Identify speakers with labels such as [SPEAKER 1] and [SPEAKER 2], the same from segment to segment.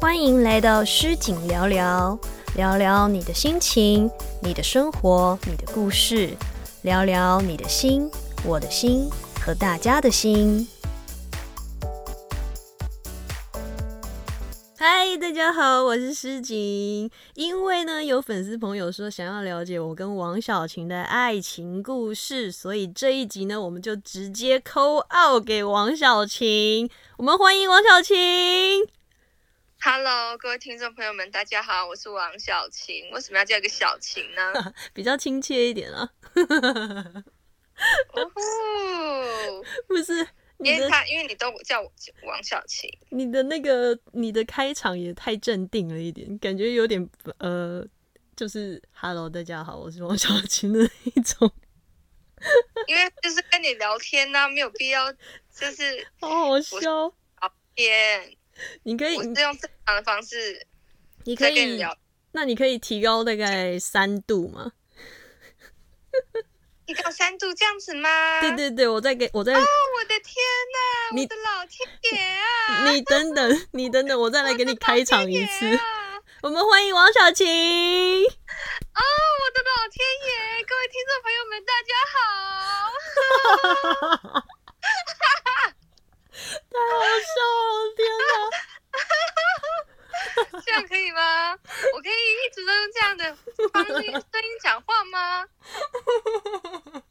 [SPEAKER 1] 欢迎来到诗景聊聊，聊聊你的心情、你的生活、你的故事，聊聊你的心、我的心和大家的心。
[SPEAKER 2] 嗨，大家好，我是诗景。因为呢，有粉丝朋友说想要了解我跟王小晴的爱情故事，所以这一集呢，我们就直接扣 out 给王小晴。我们欢迎王小晴。
[SPEAKER 3] Hello，各位听众朋友们，大家好，我是王小晴。为什么要叫一个小晴 呢？
[SPEAKER 2] 比较亲切一点啊，
[SPEAKER 3] 哦吼，
[SPEAKER 2] 不是？你
[SPEAKER 3] 因为
[SPEAKER 2] 的
[SPEAKER 3] 他因为你都叫我王小晴，
[SPEAKER 2] 你的那个你的开场也太镇定了一点，感觉有点呃，就是 Hello，大家好，我是王小晴的那一种，
[SPEAKER 3] 因为就是跟你聊天呐、没有必要就是
[SPEAKER 2] 好好笑哦。
[SPEAKER 3] 天，
[SPEAKER 2] 你可以
[SPEAKER 3] 我，是用正常的方式
[SPEAKER 2] 你可
[SPEAKER 3] 在跟你
[SPEAKER 2] 以
[SPEAKER 3] 聊，
[SPEAKER 2] 那你可以提高大概三度吗？
[SPEAKER 3] 一到三度这样子吗？哦
[SPEAKER 2] 对对对，我再给我再、
[SPEAKER 3] 我的天呐、
[SPEAKER 2] 你
[SPEAKER 3] 我的老天爷啊！
[SPEAKER 2] 你等等，你等等，我再来 给你开场一次。
[SPEAKER 3] 我的老天爷啊！
[SPEAKER 2] 我们欢迎王小晴。
[SPEAKER 3] 哦，我的老天爷！各位听众朋友们，大家好。
[SPEAKER 2] 太好笑
[SPEAKER 3] 这样可以吗？我可以一直都用这样的方式声音讲话吗？
[SPEAKER 2] 了！天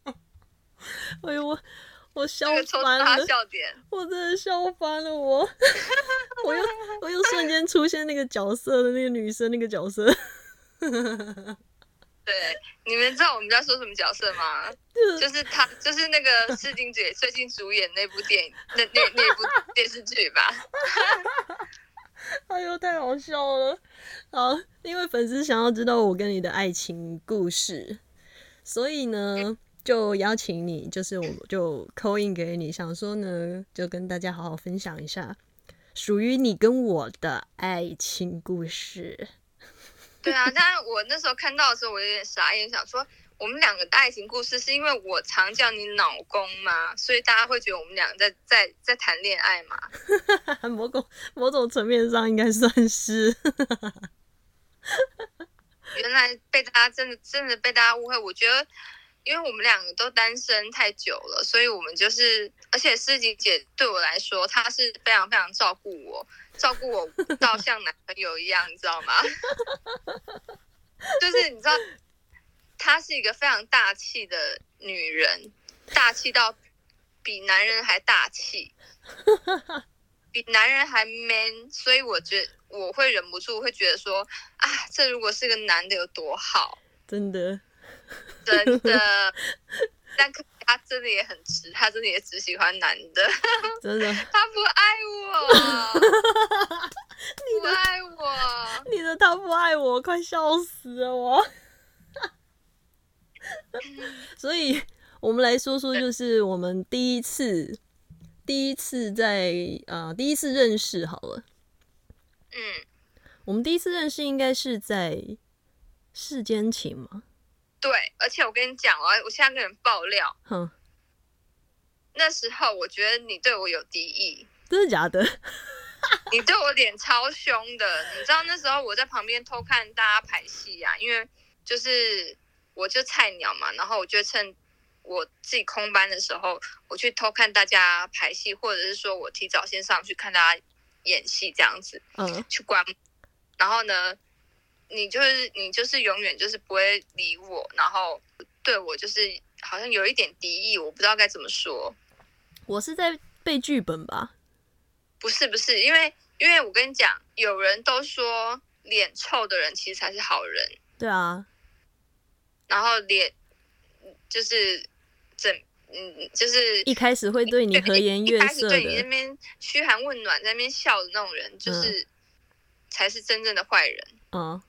[SPEAKER 2] 哪！哎呦，我我笑
[SPEAKER 3] 这个抽
[SPEAKER 2] 翻
[SPEAKER 3] 出他
[SPEAKER 2] 了，
[SPEAKER 3] 笑点，
[SPEAKER 2] 我真的笑翻 了我。我又我又瞬间出现那个角色的那个女生那个角色，
[SPEAKER 3] 对，你们知道我们在说什么角色吗？就是他， 就是那个释金姐最近主演那部电影， 那那那部电视剧吧。
[SPEAKER 2] 哎呦，太好笑了！好，因为粉丝想要知道我跟你的爱情故事，所以呢，就邀请你，就是我就扣印给你，想说呢，就跟大家好好分享一下属于你跟我的爱情故事。
[SPEAKER 3] 对啊，但我那时候看到的时候，我有点傻眼，想说我们两个的爱情故事是因为我常叫你老公吗？所以大家会觉得我们俩在在在谈恋爱嘛？
[SPEAKER 2] 某种某种层面上应该算是，
[SPEAKER 3] 原来被大家真的真的被大家误会，我觉得，因为我们两个都单身太久了，所以我们就是，而且诗锦姐对我来说，她是非常非常照顾我，照顾我到像男朋友一样，你知道吗？ 就是你知道，她是一个非常大气的女人，大气到比男人还大气，比男人还 man，所以我觉得我会忍不住会觉得说。啊，这如果是个男的有多好，
[SPEAKER 2] 真的
[SPEAKER 3] 真的。但可他真的也很直，他真的也只喜欢男的，
[SPEAKER 2] 真的，
[SPEAKER 3] 他不爱我，不爱我。
[SPEAKER 2] 你的他不爱我，快笑死 了我。所以我们来说说，就是我们第一次，第一次在呃，第一次认识好了。
[SPEAKER 3] 嗯，
[SPEAKER 2] 我们第一次认识应该是在世间情嘛，
[SPEAKER 3] 对，而且我跟你讲哦，我现在跟人爆料，
[SPEAKER 2] 哼，
[SPEAKER 3] 那时候我觉得你对我有敌意，
[SPEAKER 2] 真的假的？
[SPEAKER 3] 你对我脸超凶的。你知道那时候我在旁边偷看大家排戏啊，因为就是我就菜鸟嘛，然后我就趁我自己空班的时候，我去偷看大家排戏，或者是说我提早先上去看大家演戏这样子
[SPEAKER 2] 嗯，
[SPEAKER 3] 去观摩。然后呢，你就是你就是永远就是不会理我，然后对我就是好像有一点敌意，我不知道该怎么说。
[SPEAKER 2] 我是在背剧本吧？
[SPEAKER 3] 不是不是，因为因为我跟你讲，有人都说脸臭的人其实才是好人，
[SPEAKER 2] 对啊，
[SPEAKER 3] 然后脸就是怎嗯就是
[SPEAKER 2] 一开始会对你和颜悦
[SPEAKER 3] 一开始
[SPEAKER 2] 色
[SPEAKER 3] 对你那
[SPEAKER 2] 的，
[SPEAKER 3] 边嘘寒问暖，在那边笑的那种人，就是、才是真正的坏人。
[SPEAKER 2] 嗯。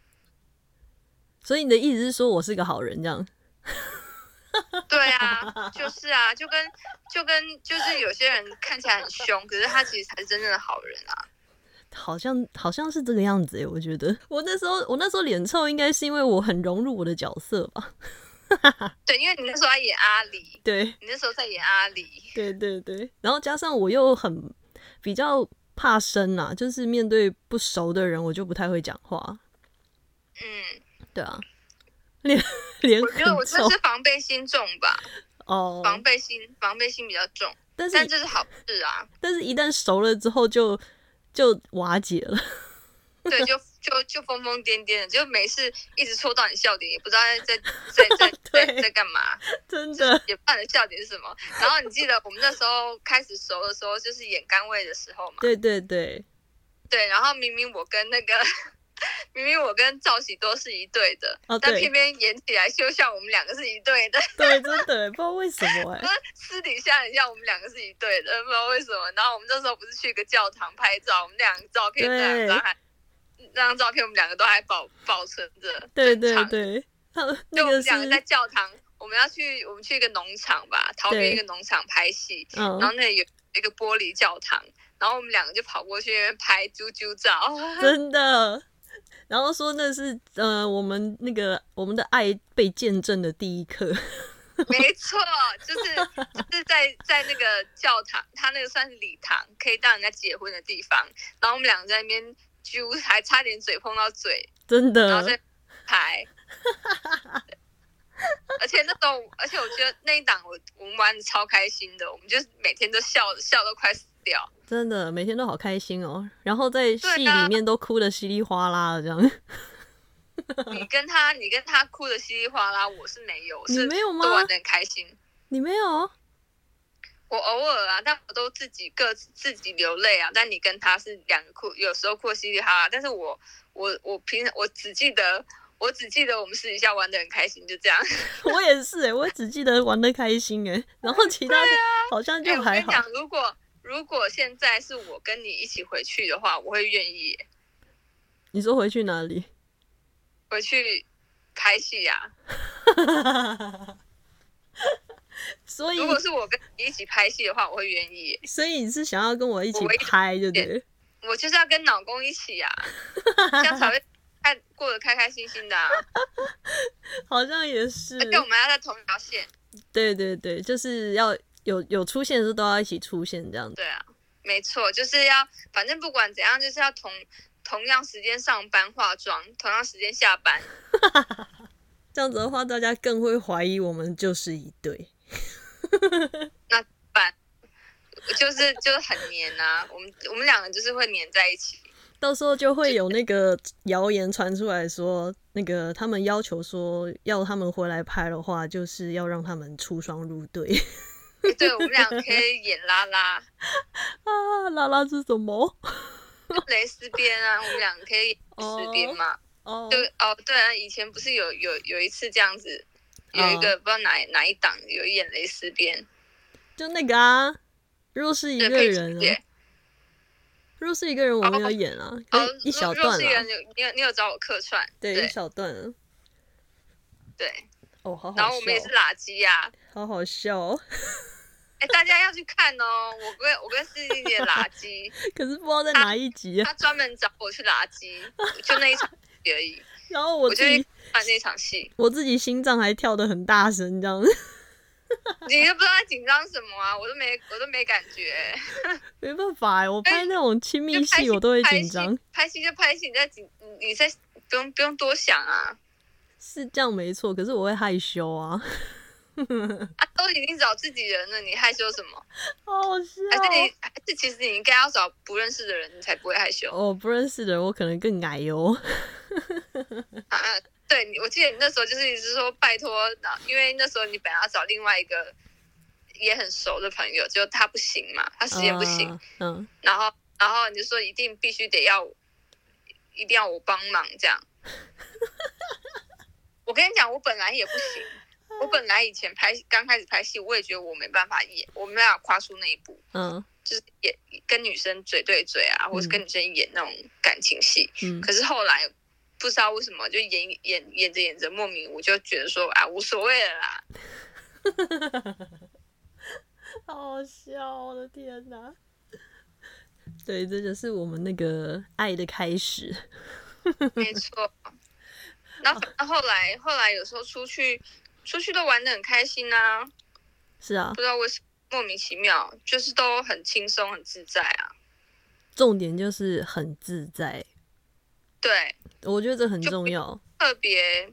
[SPEAKER 2] 所以你的意思是说我是个好人这样？
[SPEAKER 3] 对啊，就是啊，就跟就跟就是有些人看起来很凶，可是他其实才是真正的好人啊。
[SPEAKER 2] 好像好像是这个样子欸诶，我觉得 我那时候我那时候脸臭，应该是因为我很融入我的角色吧？
[SPEAKER 3] 对，因为你那时候在演阿里，
[SPEAKER 2] 对
[SPEAKER 3] 你那时候在演阿里，
[SPEAKER 2] 对对对，然后加上我又很比较怕生啦，就是面对不熟的人，我就不太会讲话。
[SPEAKER 3] 嗯，
[SPEAKER 2] 对啊，脸脸
[SPEAKER 3] 我觉得我
[SPEAKER 2] 很
[SPEAKER 3] 这
[SPEAKER 2] 臭
[SPEAKER 3] 是防备心重吧，
[SPEAKER 2] 哦。
[SPEAKER 3] 防备心防备心比较重，
[SPEAKER 2] 但是
[SPEAKER 3] 但这是好事 啊。
[SPEAKER 2] 但是，一旦熟了之后就，就瓦解了。
[SPEAKER 3] 对，就就就疯疯癫癫的，就每次一直戳到你笑点，也不知道在在在在
[SPEAKER 2] 对
[SPEAKER 3] 在在干嘛，
[SPEAKER 2] 真的，
[SPEAKER 3] 也不知道你的笑点是什么。然后你记得我们那时候开始熟的时候，就是演干位的时候嘛，
[SPEAKER 2] 对对对，
[SPEAKER 3] 对。然后明明我跟那个， 明明我跟赵喜多是一对的，
[SPEAKER 2] 哦
[SPEAKER 3] 但
[SPEAKER 2] 对
[SPEAKER 3] 偏偏演起来就像我们两个是一对的，
[SPEAKER 2] 对，真的，不知道为什么哎、
[SPEAKER 3] 私底下很像我们两个是一对的，不知道为什么。然后我们那时候不是去一个教堂拍照，我们两个照片
[SPEAKER 2] 对
[SPEAKER 3] 那两张还。那张照片我们两个都还保保存着，
[SPEAKER 2] 对
[SPEAKER 3] 珍
[SPEAKER 2] 对
[SPEAKER 3] 藏
[SPEAKER 2] 对，他
[SPEAKER 3] 就
[SPEAKER 2] 那
[SPEAKER 3] 我
[SPEAKER 2] 个
[SPEAKER 3] 们
[SPEAKER 2] 是
[SPEAKER 3] 两个在教堂，我们要去我们去一个农场吧，桃
[SPEAKER 2] 对
[SPEAKER 3] 园一个农场拍戏，
[SPEAKER 2] 嗯
[SPEAKER 3] 然，后那里有一个玻璃教堂，然后我们两个就跑过去那边拍啾啾照，
[SPEAKER 2] 哦 真的。然后说那是呃，我们那个我们的爱被见证的第一刻，
[SPEAKER 3] 没错，就是就是在在那个教堂，它那个算是礼堂，可以让人家结婚的地方，然后我们两个在那边啾，还差点嘴碰到嘴，
[SPEAKER 2] 真
[SPEAKER 3] 然后
[SPEAKER 2] 的
[SPEAKER 3] 再拍。而且那时候，而且我觉得那一档我我们玩的超开心的，我们就是每天都笑笑到快死掉。
[SPEAKER 2] 真的，每天都好开心哦。然后在戏
[SPEAKER 3] 对啊
[SPEAKER 2] 里面都哭的稀里哗啦的这样，
[SPEAKER 3] 你跟他，你跟他哭的稀里哗啦，我是没有，我
[SPEAKER 2] 你
[SPEAKER 3] 是
[SPEAKER 2] 没有吗
[SPEAKER 3] 都玩的很开心。
[SPEAKER 2] 你没有？
[SPEAKER 3] 我偶尔啊，但我都自己各自自己流泪啊。但你跟他是两个哭，有时候哭得稀里哗啦。但是我我我平我只记得，我只记得我们私底下玩的很开心，就这样。
[SPEAKER 2] 我也是 哎、我只记得玩的开心哎、然后其他的好像
[SPEAKER 3] 哎、
[SPEAKER 2] 就
[SPEAKER 3] 我
[SPEAKER 2] 还
[SPEAKER 3] 跟你
[SPEAKER 2] 好。
[SPEAKER 3] 讲，如果如果现在是我跟你一起回去的话，我会愿意
[SPEAKER 2] 你说回去哪里？
[SPEAKER 3] 回去拍戏啊呀、
[SPEAKER 2] 所以
[SPEAKER 3] 如果是我跟你一起拍戏的话，我会愿意。
[SPEAKER 2] 所以你是想要跟我一起
[SPEAKER 3] 我一
[SPEAKER 2] 拍，对不对？
[SPEAKER 3] 我就是要跟老公一起 呀、这样才会开过得开开心心的、啊。
[SPEAKER 2] 好像也是
[SPEAKER 3] 而，且我们还要在同一条线，
[SPEAKER 2] 对对对，就是要有有出现的时候都要一起出现这样子。
[SPEAKER 3] 对啊，没错，就是要，反正不管怎样，就是要同同样时间上班化妆，同样时间下班。
[SPEAKER 2] 这样子的话，大家更会怀疑我们就是一对。
[SPEAKER 3] 就是就是很黏啊，我们我们两个就是会黏在一起。
[SPEAKER 2] 到时候就会有那个谣言传出来说，那个他们要求说要他们回来拍的话，就是要让他们出双入对
[SPEAKER 3] 诶对，我们两个可以演拉拉、
[SPEAKER 2] 啊！拉拉是什么？
[SPEAKER 3] 蕾丝边啊，我们两个可以演丝边嘛。
[SPEAKER 2] 哦
[SPEAKER 3] 就哦，对啊，以前不是有有有一次这样子，有一
[SPEAKER 2] 嗯
[SPEAKER 3] 个、不知道哪哪一档有演蕾丝边，
[SPEAKER 2] 就那个啊，若是一
[SPEAKER 3] 对，
[SPEAKER 2] 个
[SPEAKER 3] 可以
[SPEAKER 2] 人、
[SPEAKER 3] 理解
[SPEAKER 2] 啊，。若是一个人，我们有演啊，
[SPEAKER 3] 哦
[SPEAKER 2] 可，是一小
[SPEAKER 3] 若
[SPEAKER 2] 段
[SPEAKER 3] 是
[SPEAKER 2] 啦
[SPEAKER 3] 人，，有你有你有找我客串，
[SPEAKER 2] 对，一
[SPEAKER 3] 对
[SPEAKER 2] 小段啊。
[SPEAKER 3] 对，
[SPEAKER 2] 哦，好好笑，
[SPEAKER 3] 然后我们也是垃圾呀、啊，
[SPEAKER 2] 好好笑、哦，
[SPEAKER 3] 哎，大家要去看哦，我跟我跟四弟姐垃圾，
[SPEAKER 2] 可是不知道在哪一集、啊。
[SPEAKER 3] 他专门找我去垃圾，就那一场戏而已，
[SPEAKER 2] 然后 我
[SPEAKER 3] 我
[SPEAKER 2] 自
[SPEAKER 3] 就去
[SPEAKER 2] 己
[SPEAKER 3] 看那场戏，
[SPEAKER 2] 我自己心脏还跳得很大声，这样
[SPEAKER 3] 你都不知道他紧张什么啊，我都没我都没感觉，
[SPEAKER 2] 没办法、欸，我拍那种亲密
[SPEAKER 3] 就拍
[SPEAKER 2] 戏
[SPEAKER 3] 戏
[SPEAKER 2] 我都会
[SPEAKER 3] 拍
[SPEAKER 2] 紧
[SPEAKER 3] 戏
[SPEAKER 2] 张，
[SPEAKER 3] 拍戏就拍戏，你在紧你你在不用不用多想啊，
[SPEAKER 2] 是这样没错，可是我会害羞啊，
[SPEAKER 3] 啊，都已经找自己人了，你害羞什么？
[SPEAKER 2] 好好笑哦
[SPEAKER 3] 还是你还是其实你应该要找不认识的人，你才不会害羞。
[SPEAKER 2] 哦。我不认识的人，我可能更矮哦。
[SPEAKER 3] 啊，对你，我记得你那时候就是一直说拜托，然后因为那时候你本来要找另外一个也很熟的朋友，就他不行嘛，他时间不行，
[SPEAKER 2] 啊，嗯，
[SPEAKER 3] 然后然后你就说一定必须得要，一定要我帮忙这样。 我跟你讲，我本来也不行，我本来以前拍刚开始拍戏，我也觉得我没办法演，我没办法跨出那一步，
[SPEAKER 2] 嗯
[SPEAKER 3] 就是演跟女生嘴对嘴啊，或是跟女生演那种感情戏。
[SPEAKER 2] 嗯，
[SPEAKER 3] 可是后来不知道为什么，就演演演着演着，莫名我就觉得说啊，无所谓了啦。
[SPEAKER 2] 好好笑，哦我的天哪！对，这就是我们那个爱的开始。
[SPEAKER 3] 没错。那反正后来后来有时候出去出去都玩的很开心啊，
[SPEAKER 2] 是啊
[SPEAKER 3] 不，知道为什么莫名其妙，就是都很轻松很自在啊。
[SPEAKER 2] 重点就是很自在，
[SPEAKER 3] 对，
[SPEAKER 2] 我觉得这很重要。
[SPEAKER 3] 特别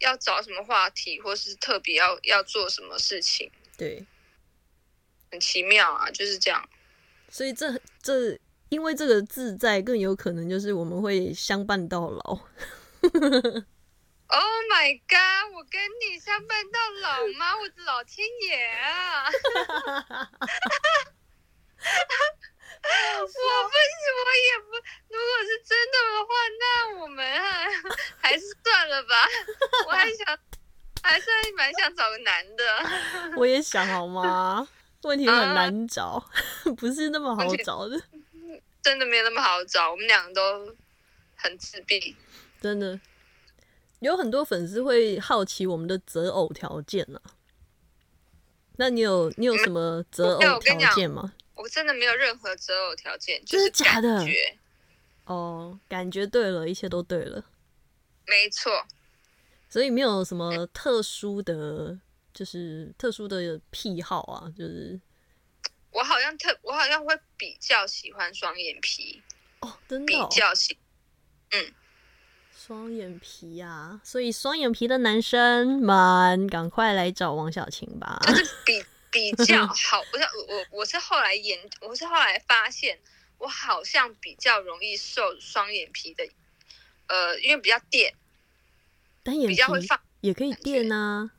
[SPEAKER 3] 要找什么话题，或是特别要要做什么事情，
[SPEAKER 2] 对，
[SPEAKER 3] 很奇妙啊，就是这样。
[SPEAKER 2] 所以这这因为这个自在，更有可能就是我们会相伴到老。
[SPEAKER 3] Oh my god！我跟你相伴到老吗？我的老天爷 啊！我不是，我也不。如果是真的的话，那我们啊还是算了吧。我还想，还是蛮想找个男的。
[SPEAKER 2] 我也想好 吗？问题很难找， 不是那么好找的，
[SPEAKER 3] 真的没有那么好找，我们两个都很自闭。
[SPEAKER 2] 真的。有很多粉丝会好奇我们的择偶条件呢、啊。那你有你有什么择
[SPEAKER 3] 没有
[SPEAKER 2] 偶
[SPEAKER 3] 我跟
[SPEAKER 2] 条
[SPEAKER 3] 你讲
[SPEAKER 2] 件吗？
[SPEAKER 3] 我真的没有任何择偶条件，就
[SPEAKER 2] 真
[SPEAKER 3] 是
[SPEAKER 2] 的假的
[SPEAKER 3] 感觉，
[SPEAKER 2] 哦，感觉对了，一切都对了，
[SPEAKER 3] 没错，
[SPEAKER 2] 所以没有什么特殊的，就是特殊的癖好啊，就是
[SPEAKER 3] 我好像特，我好像会比较喜欢双眼皮，
[SPEAKER 2] 哦，真的、
[SPEAKER 3] 比
[SPEAKER 2] 哦、
[SPEAKER 3] 较喜，
[SPEAKER 2] 双眼皮啊，所以双眼皮的男生们赶快来找王小晴 吧。
[SPEAKER 3] 就是比 比较好。不是我，我我是后来研，我是后来发现，我好像比较容易受双眼皮的，呃，因为比较垫，
[SPEAKER 2] 单眼
[SPEAKER 3] 比较会
[SPEAKER 2] 皮
[SPEAKER 3] 放
[SPEAKER 2] 也可以垫啊，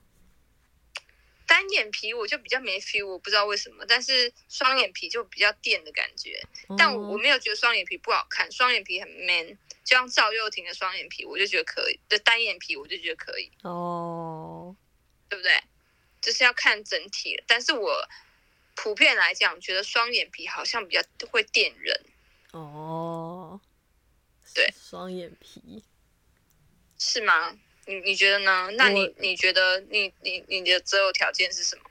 [SPEAKER 3] 单眼皮我就比较没 feel，我不知道为什么，但是双眼皮就比较垫的感觉。但我我
[SPEAKER 2] 哦
[SPEAKER 3] 没有觉得双眼皮不好看，双眼皮很 man，就像赵又廷的双眼皮，我就觉得可以；的单眼皮我就觉得可以，
[SPEAKER 2] 哦，
[SPEAKER 3] 对不对？就是要看整体了。但是我普遍来讲，觉得双眼皮好像比较会电人，
[SPEAKER 2] 哦，
[SPEAKER 3] 对，
[SPEAKER 2] 双眼皮，
[SPEAKER 3] 是吗？你你觉得呢？那你
[SPEAKER 2] 我
[SPEAKER 3] 你觉得你你你的择偶条件是什么？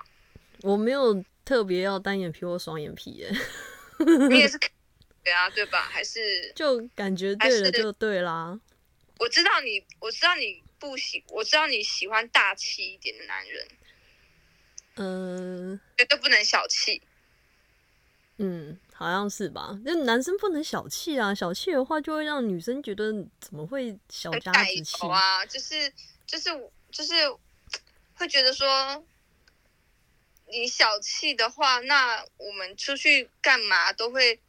[SPEAKER 2] 我没有特别要单眼皮或双眼皮耶，
[SPEAKER 3] 你也是对啊，对吧？还是
[SPEAKER 2] 就感觉
[SPEAKER 3] 还
[SPEAKER 2] 对
[SPEAKER 3] 是
[SPEAKER 2] 了就对啦。
[SPEAKER 3] 我知道你，我知道你不喜，我知道你喜欢大气一点的男人，
[SPEAKER 2] 嗯
[SPEAKER 3] 绝对不能小气。
[SPEAKER 2] 嗯，好像是吧？那男生不能小气啊，小气的话就会让女生觉得怎么会小
[SPEAKER 3] 很
[SPEAKER 2] 家
[SPEAKER 3] 奶
[SPEAKER 2] 子气
[SPEAKER 3] 油啊，就是就是就是会觉得说，你小气的话，那我们出去干嘛都会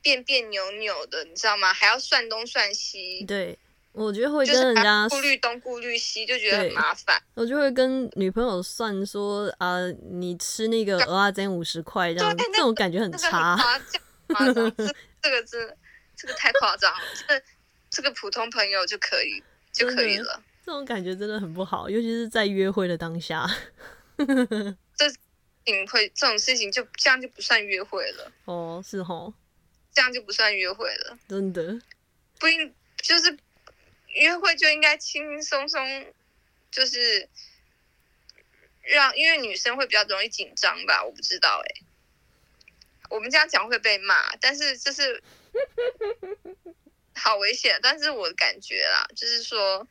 [SPEAKER 3] 别别扭扭的，你知道吗？还要算东算西，
[SPEAKER 2] 对，我觉得会
[SPEAKER 3] 就
[SPEAKER 2] 跟
[SPEAKER 3] 是
[SPEAKER 2] 人
[SPEAKER 3] 还
[SPEAKER 2] 家
[SPEAKER 3] 要顾虑东顾虑西，就觉得很
[SPEAKER 2] 对
[SPEAKER 3] 麻烦。
[SPEAKER 2] 我就会跟女朋友算说啊，你吃那个鹅啊煎五十块这样，
[SPEAKER 3] 对那
[SPEAKER 2] 这种感觉很
[SPEAKER 3] 这个很
[SPEAKER 2] 差。
[SPEAKER 3] 夸 张，夸张，这这个真的这个太夸张了，这个这个普通朋友就可以就可以
[SPEAKER 2] 真的
[SPEAKER 3] 了。
[SPEAKER 2] 这种感觉真的很不好，尤其是在约会的当下。
[SPEAKER 3] 你会这种事情就这样就不算约会了，
[SPEAKER 2] 哦， 是吼，
[SPEAKER 3] 这样就不算约会了。
[SPEAKER 2] 真的，
[SPEAKER 3] 不应就是约会就应该轻轻松松，就是让因为女生会比较容易紧张吧，我不知道哎、我们这样讲会被骂，但是就是好危险，但是我的感觉啦，就是说，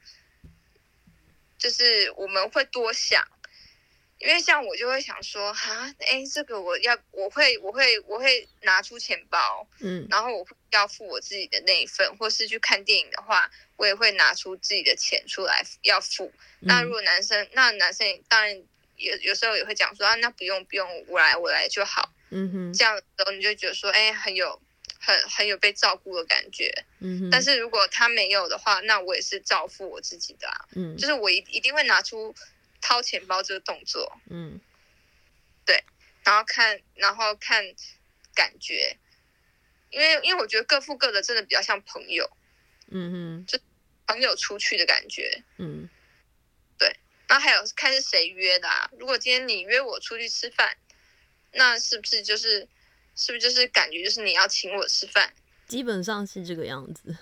[SPEAKER 3] 就是我们会多想。因为像我就会想说，哈，哎，这个我要，我会，我会，我会拿出钱包，
[SPEAKER 2] 嗯，
[SPEAKER 3] 然后我会要付我自己的那一份，或是去看电影的话，我也会拿出自己的钱出来要付。那如
[SPEAKER 2] 嗯
[SPEAKER 3] 果男生，那男生也当然有有时候也会讲说啊，那不用不用，我来我来就好。
[SPEAKER 2] 嗯哼，
[SPEAKER 3] 这样的时候你就觉得说，哎，很有很很有被照顾的感觉。
[SPEAKER 2] 嗯哼，
[SPEAKER 3] 但是如果他没有的话，那我也是照付我自己的啊，
[SPEAKER 2] 嗯
[SPEAKER 3] 就是我一一定会拿出掏钱包这个动作。
[SPEAKER 2] 嗯
[SPEAKER 3] 然后看，然后看感觉，因为因为我觉得各付各的，真的比较像朋友，
[SPEAKER 2] 嗯哼，
[SPEAKER 3] 朋友出去的感觉。
[SPEAKER 2] 嗯
[SPEAKER 3] 然后还有看是谁约的啊，如果今天你约我出去吃饭，那是不是就是是不是就是感觉就是你要请我吃饭？
[SPEAKER 2] 基本上是这个样 子。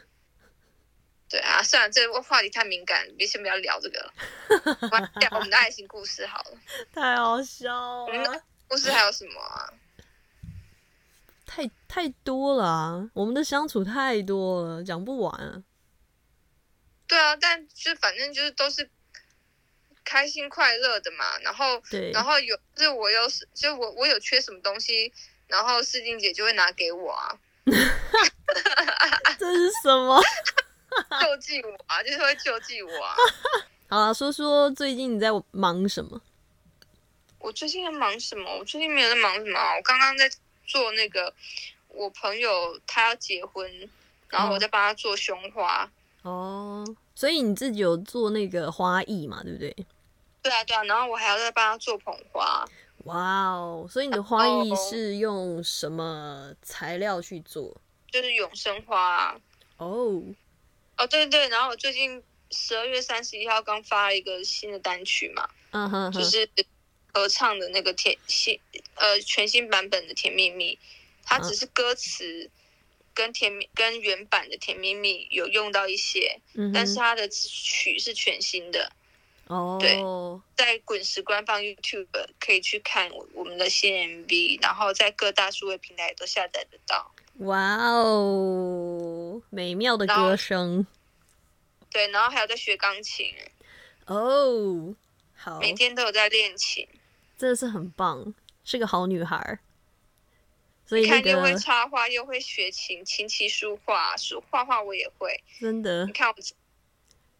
[SPEAKER 3] 对啊，算了，这个话题太敏感，别先不要聊这个了，我们聊我们的爱情故事好了。
[SPEAKER 2] 太好笑
[SPEAKER 3] 我们
[SPEAKER 2] 嗯
[SPEAKER 3] 的，故事还有什么啊？
[SPEAKER 2] 太太多了啊！我们的相处太多了，讲不完啊。
[SPEAKER 3] 对啊，但就反正就是都是开心快乐的嘛。然后，
[SPEAKER 2] 对
[SPEAKER 3] 然后有就是我有就我我有缺什么东西，然后世静姐就会拿给我啊。
[SPEAKER 2] 这是什么？
[SPEAKER 3] 救济我啊，就是会救济我啊。
[SPEAKER 2] 好了，说说最近你在忙什么？
[SPEAKER 3] 我最近在忙什么？我最近没有在忙什么啊、我刚刚在做那个，我朋友他要结婚，然
[SPEAKER 2] 嗯
[SPEAKER 3] 后我在帮他做胸花。
[SPEAKER 2] 哦，所以你自己有做那个花艺嘛，对不对？
[SPEAKER 3] 对啊，对啊，然后我还要再帮他做捧花。
[SPEAKER 2] 哇哦，所以你的花艺
[SPEAKER 3] 哦
[SPEAKER 2] 是用什么材料去做？
[SPEAKER 3] 就是永生花、啊。
[SPEAKER 2] 哦，
[SPEAKER 3] 哦，对对对，然后我最近十二月三十一号刚发了一个新的单曲嘛，
[SPEAKER 2] 嗯哼
[SPEAKER 3] 就
[SPEAKER 2] 哼，
[SPEAKER 3] 是合唱的那个甜新呃全新版本的《甜蜜蜜》，它
[SPEAKER 2] 嗯
[SPEAKER 3] 只是歌词跟甜蜜跟原版的《甜蜜蜜》有用到一些，
[SPEAKER 2] 嗯
[SPEAKER 3] 但是
[SPEAKER 2] 哼，
[SPEAKER 3] 它的曲是全新的。对
[SPEAKER 2] 哦，
[SPEAKER 3] 在滚石官方 YouTube 可以去看我我们的新 MV，然后在各大数位平台都下载得到。
[SPEAKER 2] 哇哦，美妙的
[SPEAKER 3] 然后
[SPEAKER 2] 歌声
[SPEAKER 3] 对，然后还有在学钢琴，
[SPEAKER 2] 哦，好，
[SPEAKER 3] 每天都有在练琴。
[SPEAKER 2] 真的是很棒，是个好女孩儿。所以
[SPEAKER 3] 你
[SPEAKER 2] 那
[SPEAKER 3] 看，又会
[SPEAKER 2] 个
[SPEAKER 3] 插画，又会学琴，琴棋书画，书画画我也会。
[SPEAKER 2] 真的
[SPEAKER 3] 你，看我这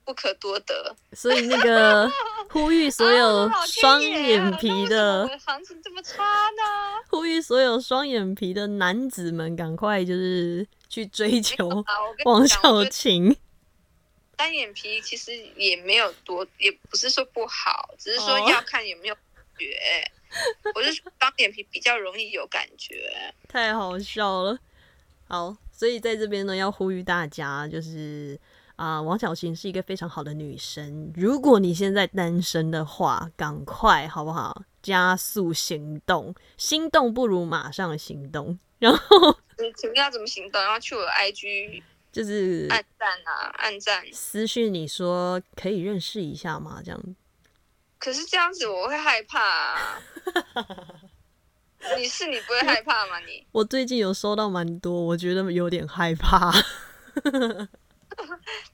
[SPEAKER 3] 不可多得，
[SPEAKER 2] 所以那 个呼吁所有
[SPEAKER 3] 啊好天
[SPEAKER 2] 双
[SPEAKER 3] 野啊
[SPEAKER 2] 眼皮
[SPEAKER 3] 那为什么我
[SPEAKER 2] 的，
[SPEAKER 3] 的行情这么差 呢？
[SPEAKER 2] 呼吁所有双眼皮的男子们，赶快就是去追求
[SPEAKER 3] 啊， 我跟
[SPEAKER 2] 王
[SPEAKER 3] 你讲，我觉
[SPEAKER 2] 小
[SPEAKER 3] 得
[SPEAKER 2] 晴。
[SPEAKER 3] 单眼皮其实也没有多，也不是说不好，只是说
[SPEAKER 2] 哦
[SPEAKER 3] 要看有没有觉。我是说单眼皮比较容易有感觉。
[SPEAKER 2] 太好笑了。好，所以在这边呢，要呼吁大家，就是啊、王小晴是一个非常好的女生。如果你现在单身的话，赶快好不好？加速行动，心动不如马上行动。然后
[SPEAKER 3] 你嗯请问要怎么行动？然后去我的 IG
[SPEAKER 2] 就是
[SPEAKER 3] 按赞啊，按赞。
[SPEAKER 2] 私讯你说可以认识一下吗？这样
[SPEAKER 3] 可是这样子我会害怕啊。 你是你不会害怕吗？你
[SPEAKER 2] 我最近有收到蛮多，我觉得有点害怕。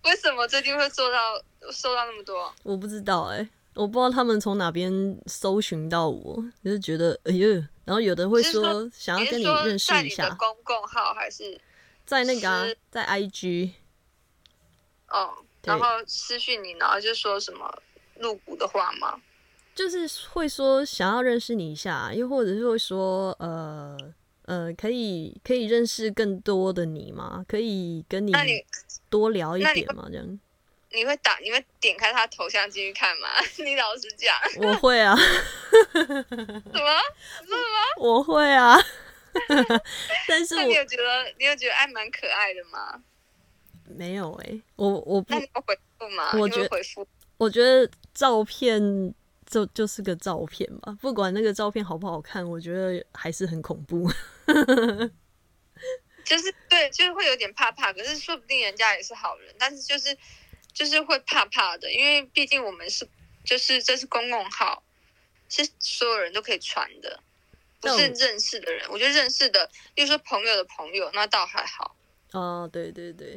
[SPEAKER 3] 为什么最近会做到收到那么多？
[SPEAKER 2] 我不知道哎、我不知道他们从哪边搜寻到我，就是觉得哎呦，然后有的会
[SPEAKER 3] 你是
[SPEAKER 2] 说想
[SPEAKER 3] 你
[SPEAKER 2] 要跟
[SPEAKER 3] 是
[SPEAKER 2] 你
[SPEAKER 3] 说
[SPEAKER 2] 认识
[SPEAKER 3] 在
[SPEAKER 2] 一
[SPEAKER 3] 你的
[SPEAKER 2] 下，
[SPEAKER 3] 公共号还是
[SPEAKER 2] 在那个、啊
[SPEAKER 3] 是、
[SPEAKER 2] 在 IG
[SPEAKER 3] 哦？
[SPEAKER 2] 对
[SPEAKER 3] 然后私讯你，然后就说什么露骨的话吗？
[SPEAKER 2] 就是会说想要认识你一下，啊又或者是会说呃呃，可以可以认识更多的你吗？可以跟你
[SPEAKER 3] 那你
[SPEAKER 2] 多聊一
[SPEAKER 3] 那你
[SPEAKER 2] 点吗？这样
[SPEAKER 3] 你会打你会点开他头像进去看吗？ 你老实讲，
[SPEAKER 2] 我会啊，
[SPEAKER 3] 什么？
[SPEAKER 2] 我会啊， 但是
[SPEAKER 3] 那你
[SPEAKER 2] 我
[SPEAKER 3] 有觉得你有觉得哎蛮可爱的吗？
[SPEAKER 2] 没有哎、我我不
[SPEAKER 3] 那你有回复吗？
[SPEAKER 2] 我
[SPEAKER 3] 你
[SPEAKER 2] 觉
[SPEAKER 3] 会
[SPEAKER 2] 得
[SPEAKER 3] 回复
[SPEAKER 2] 我觉得照片就就是个照片吧，不管那个照片好不好看，我觉得还是很恐怖。
[SPEAKER 3] 就是对，就是会有点怕怕，可是说不定人家也是好人，但是就是就是会怕怕的，因为毕竟我们是就是这是公共号，是所有人都可以传的，不
[SPEAKER 2] 那我
[SPEAKER 3] 是认识的人。我觉得认识的，例如说朋友的朋友，那倒还好。
[SPEAKER 2] 哦，对对对，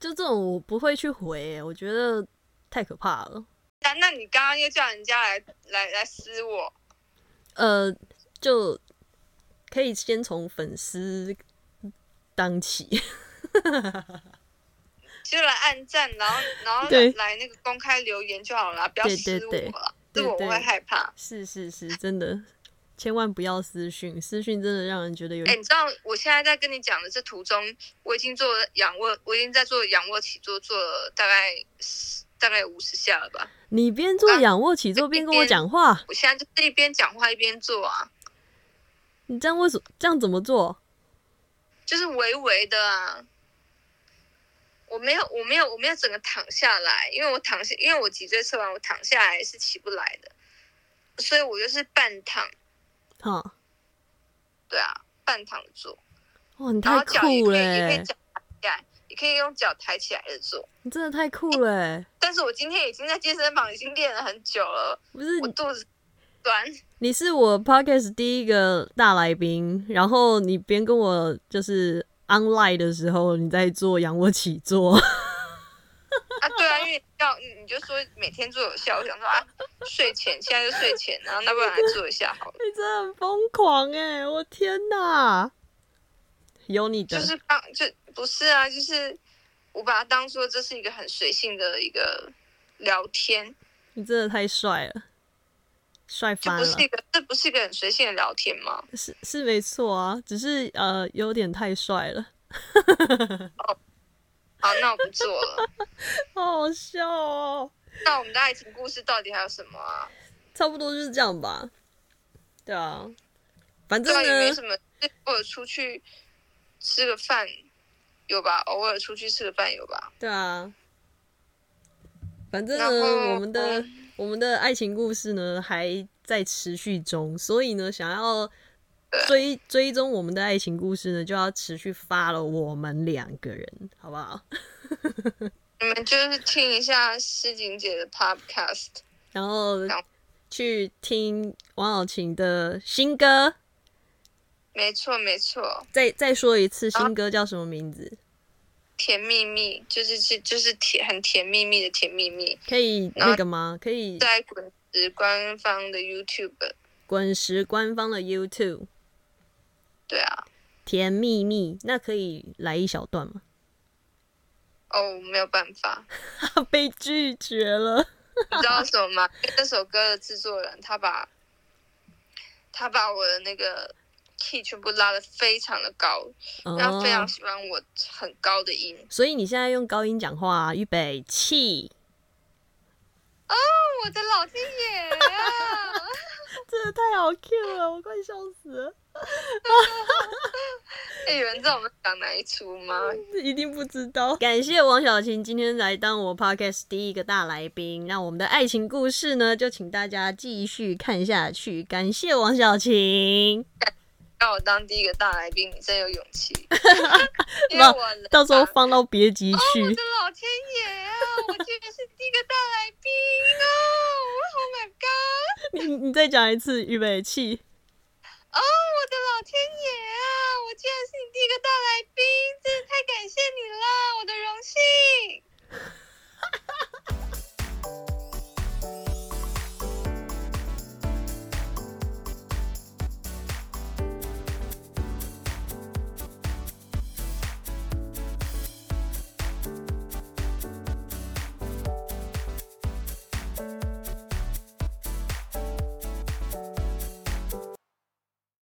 [SPEAKER 2] 就这种我不会去回欸、我觉得太可怕了。
[SPEAKER 3] 那那你刚刚又叫人家来来来撕我，
[SPEAKER 2] 呃，就可以先从粉丝当起，
[SPEAKER 3] 就来暗赞，然后然后
[SPEAKER 2] 对
[SPEAKER 3] 来来那个公开留言就好了啦，不要
[SPEAKER 2] 对
[SPEAKER 3] 撕
[SPEAKER 2] 对
[SPEAKER 3] 我
[SPEAKER 2] 对
[SPEAKER 3] 了，
[SPEAKER 2] 对
[SPEAKER 3] 撕我
[SPEAKER 2] 对
[SPEAKER 3] 我会害怕。
[SPEAKER 2] 是是是，真的，千万不要私讯，私讯真的让人觉得有
[SPEAKER 3] 哎、你知道我现在在跟你讲的这途中，我已经做了仰卧，我已经在做仰卧起坐，做了大概10大概五十下了吧。
[SPEAKER 2] 你边做
[SPEAKER 3] 啊
[SPEAKER 2] 仰卧起坐边跟我
[SPEAKER 3] 边
[SPEAKER 2] 讲话，
[SPEAKER 3] 我现在就是一边讲话一边做啊，
[SPEAKER 2] 你这样为什么这样怎么做？
[SPEAKER 3] 就是微微的啊。我没有，我没有，我没有整个躺下来，因为我躺下，因为我脊椎侧弯，我躺下来是起不来的，所以我就是半躺，
[SPEAKER 2] 哈，
[SPEAKER 3] 对啊，半躺做，
[SPEAKER 2] 哇，你
[SPEAKER 3] 然后
[SPEAKER 2] 太
[SPEAKER 3] 脚也
[SPEAKER 2] 酷
[SPEAKER 3] 可
[SPEAKER 2] 了
[SPEAKER 3] 以，也可以，
[SPEAKER 2] 欸
[SPEAKER 3] 脚抬起来，也可以用脚抬起来的做。
[SPEAKER 2] 你真的太酷了欸。
[SPEAKER 3] 但是我今天已经在健身房已经练了很久了，
[SPEAKER 2] 不是
[SPEAKER 3] 我肚子短，
[SPEAKER 2] 你是我 podcast 第一个大来宾，然后你边跟我就是 online 的时候，你在做仰卧起坐，
[SPEAKER 3] 啊，对啊，因为要你你就说每天做有效，我想说啊，睡前现在就睡前，啊然后那不然来做一下好了。
[SPEAKER 2] 欸你真的很疯狂哎、我天哪！有你的，
[SPEAKER 3] 就是当就不是啊，就是我把它当做这是一个很随性的一个聊天，
[SPEAKER 2] 你真的太帅了，帅
[SPEAKER 3] 就
[SPEAKER 2] 翻
[SPEAKER 3] 不
[SPEAKER 2] 了
[SPEAKER 3] 是，一个这不是一个很随性的聊天吗？
[SPEAKER 2] 是是没错啊，只是呃有点太帅了，
[SPEAKER 3] 好，那我不做了。
[SPEAKER 2] 好好笑哦，
[SPEAKER 3] 那我们的爱情故事到底还有什么啊？
[SPEAKER 2] 差不多就是这样吧，对啊，反
[SPEAKER 3] 对啊，
[SPEAKER 2] 正
[SPEAKER 3] 也没
[SPEAKER 2] 呢
[SPEAKER 3] 什，么，就偶尔出去吃个饭有吧？偶尔出去吃个饭有吧？
[SPEAKER 2] 对啊，反正
[SPEAKER 3] 然后嗯
[SPEAKER 2] 呢，我们的我们的爱情故事呢还在持续中，所以呢，想
[SPEAKER 3] 呃
[SPEAKER 2] 要追追踪我们的爱情故事呢，就要持续发了我们两个人，好不好？
[SPEAKER 3] 你们就是听一下诗景姐的 podcast，
[SPEAKER 2] 然后
[SPEAKER 3] 好
[SPEAKER 2] 去听王小晴的新歌，
[SPEAKER 3] 没错没错，
[SPEAKER 2] 再再说一次，新歌叫什么名字？
[SPEAKER 3] 甜蜜蜜就是是就是甜很甜蜜蜜的甜蜜蜜，
[SPEAKER 2] 可以
[SPEAKER 3] 然后
[SPEAKER 2] 那个吗？可以
[SPEAKER 3] 在滚石官方的 YouTube，
[SPEAKER 2] 滚石官方的 YouTube《
[SPEAKER 3] 对啊，
[SPEAKER 2] 甜蜜蜜》，那可以来一小段吗？
[SPEAKER 3] 哦，没有办法，
[SPEAKER 2] 被拒绝了。
[SPEAKER 3] 你知道什么吗？因为这首歌的制作人他把，他把我的那个 key 全部拉得非常的高，然后非常
[SPEAKER 2] 哦，
[SPEAKER 3] 喜欢我很高的音。
[SPEAKER 2] 所以你现在用高音讲话，啊预备起，
[SPEAKER 3] 哦，我的老天爷啊！
[SPEAKER 2] 真的太好 Q 了，我快笑死了。
[SPEAKER 3] 哎有人知道我们讲哪一出吗？
[SPEAKER 2] 一定不知道。 感谢王小晴今天来当我 podcast 第一个大来宾，那我们的爱情故事呢，就请大家继续看下去。感谢王小晴，
[SPEAKER 3] 让我当第一个大来宾，你真有勇气。因为我人啊
[SPEAKER 2] 到时候放到别集
[SPEAKER 3] 我
[SPEAKER 2] 去
[SPEAKER 3] 的。老天爷啊！我居然是第一个大来宾哦！Oh my god！哦
[SPEAKER 2] 你你再讲一次，预备起。
[SPEAKER 3] 啊